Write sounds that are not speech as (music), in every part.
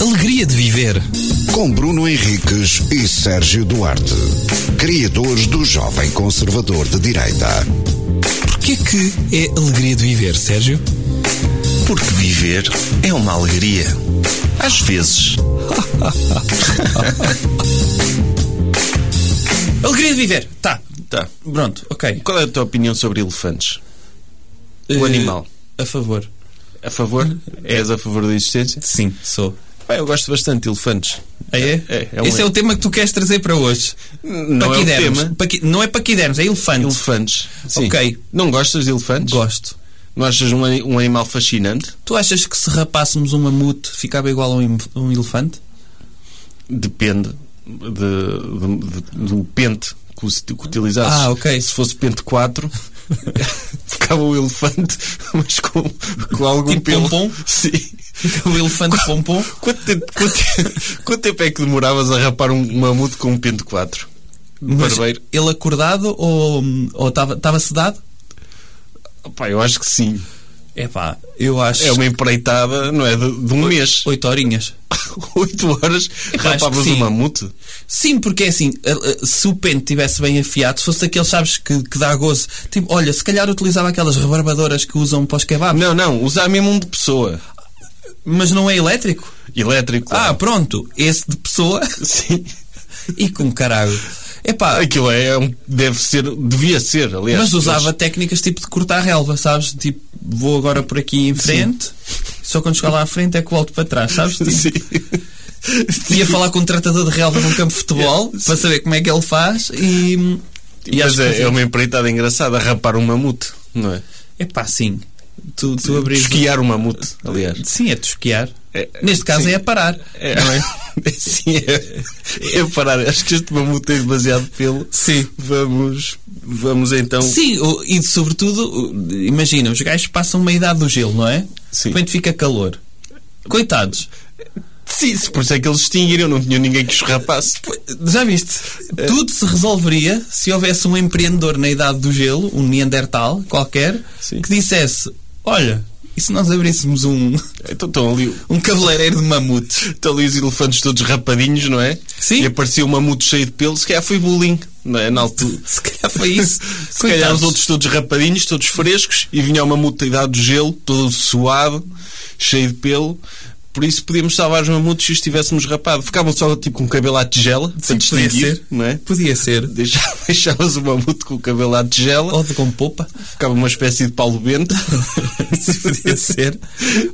alegria de viver. Com Bruno Henriques e Sérgio Duarte, criadores do Jovem Conservador de Direita. Porquê que é alegria de viver, Sérgio? Porque viver é uma alegria. Às vezes. Alegria de viver. Tá. Tá. Pronto, ok. Qual é a tua opinião sobre elefantes? Eh, O animal. A favor. A favor? És a favor da existência? Sim, sou. Bem, eu gosto bastante de elefantes. Aí é? É, é um- Esse é o tema que tu queres trazer para hoje. Não é o Paquidermos. tema. Paqui- Não é paquidermos, é elefante. Elefantes. Sim. Ok. Não gostas de elefantes? Gosto. Não achas um, ani- um animal fascinante? Tu achas que se rapássemos um mamute ficava igual a um, im- um elefante? Depende de, de- de- do pente que, us- que utilizasses. Ah, ok. Se fosse pente 4, (laughs) ficava o elefante, mas com, com algum Tipo pelo. pompom? Sim. O um elefante pompom? Quanto tempo, quanto tempo- quanto tempo é que demoravas a rapar um mamute com um pente 4? Mas Barbeiro? ele acordado ou estava sedado? Pá, eu acho que sim. É pá, eu acho. É uma empreitada, não é? De, de um mês. (laughs) Oito horinhas. 8 horas Epá, acho rapavas que um sim. mamute? Sim, porque é assim, a- a- se o pente estivesse bem afiado, se fosse daqueles, sabes, que, que dá gozo. Tipo, olha, se calhar utilizava aquelas rebarbadoras que usam para os kebabs, Não, não, usar mesmo um de pessoa. mas não é elétrico. Elétrico. Ah, claro. pronto, esse de (laughs) pessoa sim. e com caralho. É pá, Aquilo é um. Deve ser. Devia ser, aliás. mas usava técnicas tipo de cortar a relva, sabes? Tipo, vou agora por aqui em frente, só quando chegar lá à frente é que volto para trás, sabes? Tipo, Sim. Ia falar com um tratador de relva num campo de (laughs) futebol para saber como é que ele faz e. e Mas acho que é, é uma empreitada engraçada rapar um mamute, não é? É pá, sim. Tu, tu abris. Esquiar um mamute, aliás. Sim, é tosquear. É, Neste caso sim. é a parar. É, não é? (laughs) Sim, é. É parar. Acho que este mamute tem demasiado pelo. Sim. Vamos. Vamos então. Sim, o- e sobretudo, o- imagina, os gajos passam uma idade do gelo, não é? Sim. De repente fica calor. Coitados. Sim, se por isso é que eles extinguiram, não tinha ninguém que os rapasse. Já viste? Tudo se resolveria se houvesse um empreendedor na idade do gelo, um Neandertal qualquer, Sim. que dissesse: Olha, e se nós abríssemos um, Então estão ali, um cabeleireiro de mamute? estão Tá ali os elefantes todos rapadinhos, não é? Sim. E aparecia um mamute cheio de pelo, se calhar foi bullying, não é? Na altura. (laughs) Se calhar foi isso. (laughs) Se calhar os outros todos rapadinhos, todos frescos, e vinha uma mamute da idade do gelo, todo suado, cheio de pelo. Por isso podíamos salvar os mamutos se os tivéssemos rapado. Ficavam só tipo com o cabelo à tigela, para Sim, podia distinguir, ser. não é? Podia ser. Deixava- (laughs) Deixavas o mamute com o cabelo à tigela, Ou de com popa. ficava uma espécie de Paulo (laughs) Bento. Se podia ser.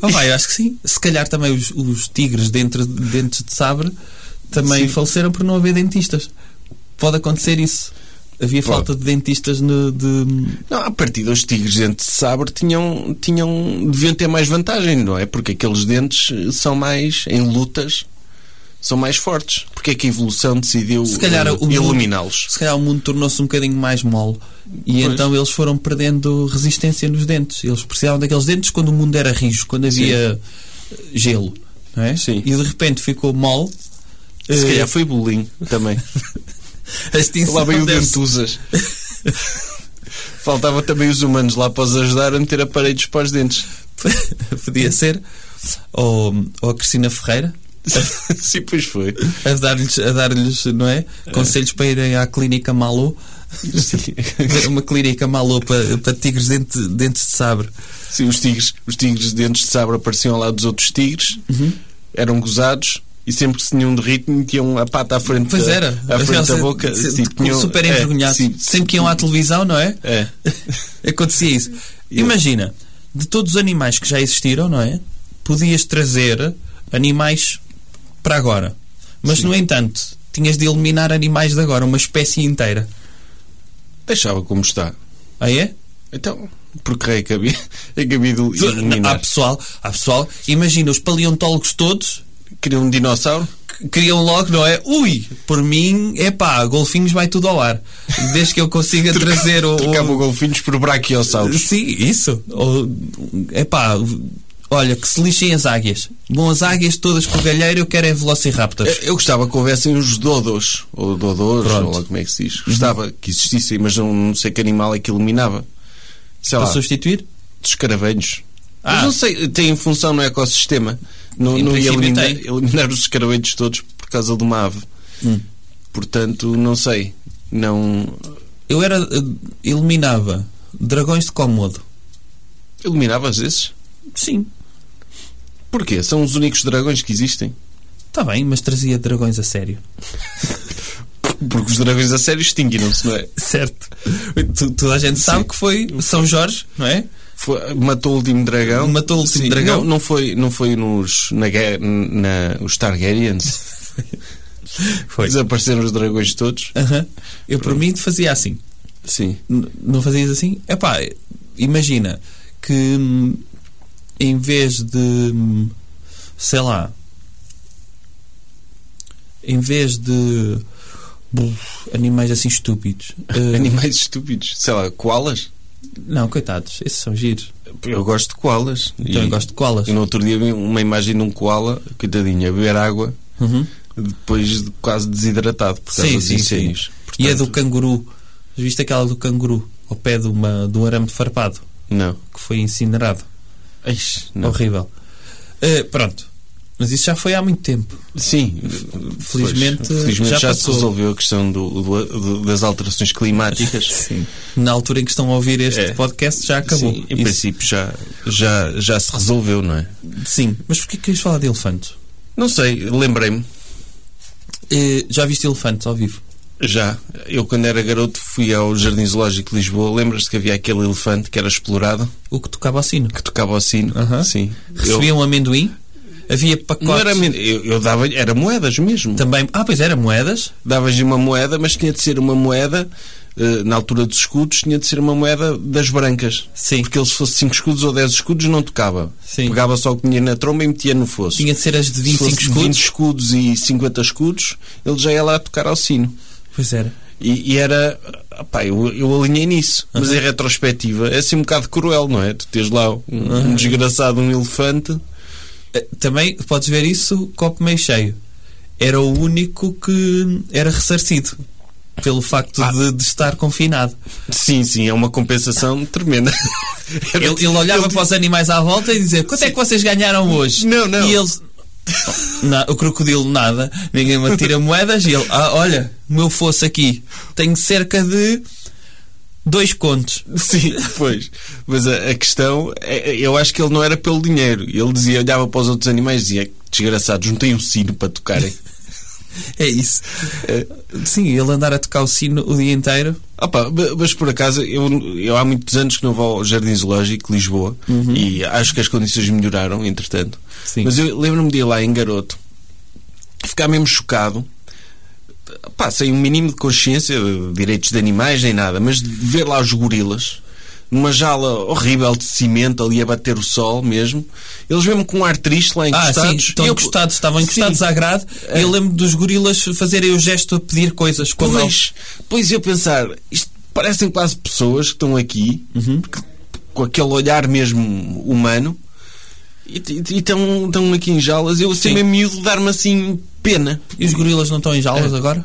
Oh, vai, eu acho que sim. Se calhar também os, os tigres dentro de dentes de sabre também Sim. faleceram por não haver dentistas. Pode acontecer isso. Havia Pode. falta de dentistas no, de. Não, a partir dos tigres dentes de sabre tinham, tinham, deviam ter mais vantagem, não é? Porque aqueles dentes eh, são mais, em lutas, são mais fortes. Porque é que a evolução decidiu Se calhar eh, o mundo- eliminá-los? Se calhar o mundo tornou-se um bocadinho mais mole. E Pois. então eles foram perdendo resistência nos dentes. Eles precisavam daqueles dentes quando o mundo era rijo, quando havia eh, gelo. Não é? Sim. E de repente ficou mole. Se Eh, calhar foi bullying também. (laughs) a extinção lá veio o deve-se- (laughs) dentuzas. Faltava também os humanos lá para os ajudar a meter aparelhos para os dentes. (laughs) (laughs) Podia ser. Ou, ou a Cristina Ferreira, Sim, pois foi. a dar-lhes, a dar-lhes não é? Conselhos para irem à clínica Malô. (laughs) Uma clínica Malô para, para tigres dente, dentes de sabre. Sim, os tigres, os tigres de dentes de sabre apareciam ao lado dos outros tigres, eram gozados. E sempre que se tinham um de ritmo, tinham a pata à frente, Pois da- era. à frente da Eles, boca. se- sim, tinham- super é, envergonhados. sim, Sempre que iam à televisão, não é? é. Acontecia isso. Imagina, de todos os animais que já existiram, não é? Podias trazer animais para agora. Mas, no entanto, tinhas de eliminar animais de agora, uma espécie inteira. Deixava como está. Aí é? Então, porque é que havia, é que havia de Tu- Há eliminar? pessoal, há pessoal, imagina os paleontólogos todos Queria um dinossauro? que criam logo, não é? Ui, por mim, é pá, golfinhos vai tudo ao ar. Desde que eu (laughs) consiga trazer o. Trocava o... golfinhos por braquiossauros. Sim, isso. Ou, é pá, olha, que se lixem as águias. Vão as águias todas com o galheiro, eu quero é velociraptors. Eu gostava que houvessem os dodos, ou dodos, Pronto. ou lá como é que se diz. Gostava que existissem, mas não, não sei que animal é que eliminava. Sei Para lá, substituir? dos caravelhos. Mas não é, sei, tem função no ecossistema. Não, Ah. Em não ia princípio eliminar, tem. Hum. eliminar os escaravelhos todos por causa de uma ave. Portanto, não sei. Não. Eu era. eh, eliminava dragões de Komodo. Eliminavas esses? Sim, Porquê? São os únicos dragões que existem. está tá bem, mas trazia dragões a sério. Porque os dragões a sério extinguiram-se, não é? Certo. Tu- toda a gente sabe que foi São Jorge, não é? Foi- matou o último dragão. Matou o último dragão. Não, não foi, não foi nos, na, guerra- na, os Targaryens. Foi. Desapareceram os dragões todos. Aham. Eu por mim fazia assim. Sim. N- Não fazias assim? Epá, imagina que hum, em vez de hum, sei lá em vez de buf, animais assim estúpidos. eh, (laughs) Animais estúpidos. Sei lá, koalas? não, coitados, esses são giros. Eu gosto de koalas. Então eu gosto de colas. E no outro dia vi uma imagem de um koala, coitadinho, a beber água, Uhum. depois de quase desidratado por causa Sim, dos sim, sim. incêndios. E a do Portanto, canguru. Viste aquela do canguru ao pé de, uma, de um arame farpado Não. que foi incinerado. Eish, não. Horrível. Eh, pronto. Mas isso já foi há muito tempo. Sim, Felizmente, pois, felizmente já já, se passou. resolveu a questão do- do- do- das alterações climáticas. (laughs) Sim. Na altura em que estão a ouvir este É. podcast já acabou. Sim, em Isso- princípio já, já, já se resolveu, não é? Sim. Mas porquê que querias falar de elefantes? Não sei, lembrei-me, Eh, já viste elefantes ao vivo? já, eu quando era garoto fui ao Jardim Zoológico de Lisboa, lembras-te que havia aquele elefante que era explorado, O que tocava ao sino. que tocava o sino? Aham. Sim. Recebia um amendoim, havia eu, pacotes. não era, men- eu, eu dava era moedas mesmo. Também. Ah, pois era, moedas. Davas-lhe uma moeda, mas tinha de ser uma moeda, eh, na altura dos escudos, tinha de ser uma moeda das brancas. Sim. Porque eles fossem 5 escudos ou 10 escudos não tocava. Sim. Pegava só o que tinha na tromba e metia no fosso. Tinha de ser as de Se fosse 25 escudos. 20 escudos e 50 escudos, ele já ia lá tocar ao sino. Pois era. E, e era. Pá, eu, eu alinhei nisso. Mas em retrospectiva é assim um bocado cruel, não é? Tu tens lá um, um desgraçado, um elefante. Eh, Também podes ver isso copo meio cheio. Era o único que era ressarcido pelo facto Ah. de, de estar confinado. Sim, sim, é uma compensação tremenda. Era- Ele, ele olhava ele- para os animais à volta e dizia: Quanto é que vocês ganharam hoje? Não, não. E eles. Na- o crocodilo nada, ninguém me atira moedas. E ele: Ah, olha, o meu fosse aqui, tenho cerca de. dois contos. (laughs) Sim, pois. Mas a, a questão, é, é- eu acho que ele não era pelo dinheiro. Ele dizia, olhava para os outros animais e dizia: desgraçados, não têm um sino para tocarem. É isso. Sim, ele andar a tocar o sino o dia inteiro. Opa, ma- mas por acaso, eu, eu há muitos anos que não vou ao Jardim Zoológico de Lisboa e acho que as condições melhoraram, entretanto. Uhum. Sim. Mas eu lembro-me de ir lá em garoto ficar mesmo chocado. Pá, sem um mínimo de consciência de direitos de animais nem nada, mas de ver lá os gorilas numa jala horrível de cimento ali a bater o sol mesmo, eles mesmo com um ar triste lá Ah, encostados. sim, estão Eu- encostados, estavam encostados Sim. É. à grade. E eu lembro dos gorilas fazerem o gesto a pedir coisas com a mão. Pois, pois eu pensar, isto parecem quase pessoas que estão aqui, Uhum. porque- com aquele olhar mesmo humano, e estão aqui em jalas. Eu assim, Sim. mesmo miúdo, dar-me assim pena. E os gorilas não estão em jaulas agora?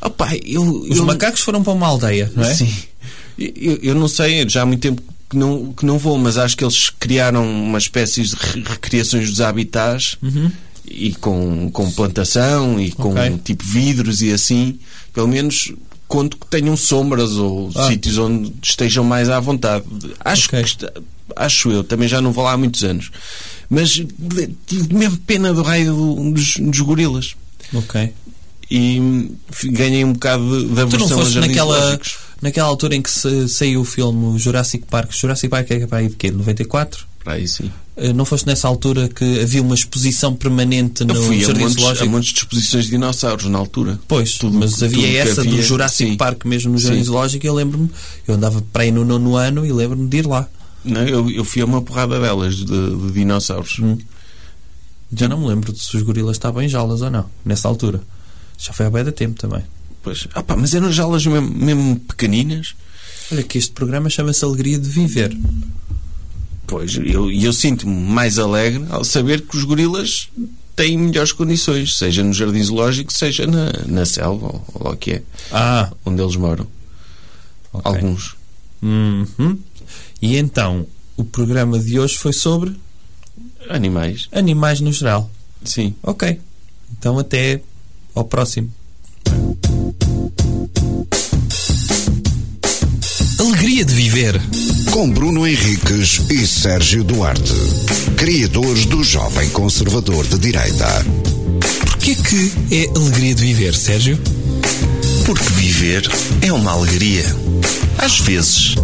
Opa, eu, Os É. eu, macacos foram para uma aldeia, não é? Sim. Eu, eu não sei, já há muito tempo que não, que não vou, mas acho que eles criaram uma espécie de re- recriações dos habitats e com, com plantação e com Uhum. Ok. tipo vidros e assim. Pelo menos conto que tenham sombras ou Ah. sítios onde estejam mais à vontade. Acho Ok. que está- acho eu, também já não vou lá há muitos anos. Mas le- tive mesmo pena do raio do- dos, dos gorilas. Ok. E hum, fi- ganhei um bocado de- de Tu não aversão aos foste jardins naquela, zoológicos. naquela altura em que se- saiu o filme Jurassic Park. Jurassic Park é para aí de quê? De 94? Para aí, sim. Eh, Não foste nessa altura que havia uma exposição permanente no Eu fui a Jardim montes, a Zoológico? montes de exposições de dinossauros na altura. Pois, Tudo- mas tudo que havia essa do havia, Jurassic sim. Park mesmo no Jardim Sim. Zoológico. e Eu lembro-me, eu andava para aí no nono ano e lembro-me de ir lá. Não, né? eu, eu fui a uma porrada delas, de, de dinossauros. Já não me lembro de se os gorilas estavam em jaulas ou não, nessa altura. Já foi há bem da tempo também. Pois, ah pá, mas eram jalas mesmo, mesmo pequeninas. Olha que este programa chama-se Alegria de Viver. Pois, e eu, e eu sinto-me mais alegre ao saber que os gorilas têm melhores condições, seja no jardim zoológico, seja na, na selva, ou, ou lá o que é, Ah, onde eles moram. ok. Alguns. Uhum. E então, o programa de hoje foi sobre Animais. animais no geral. Sim. Ok. Então até ao próximo. Alegria de viver. Com Bruno Henriques e Sérgio Duarte, criadores do Jovem Conservador de Direita. Porquê que é alegria de viver, Sérgio? Porque viver é uma alegria. Às vezes.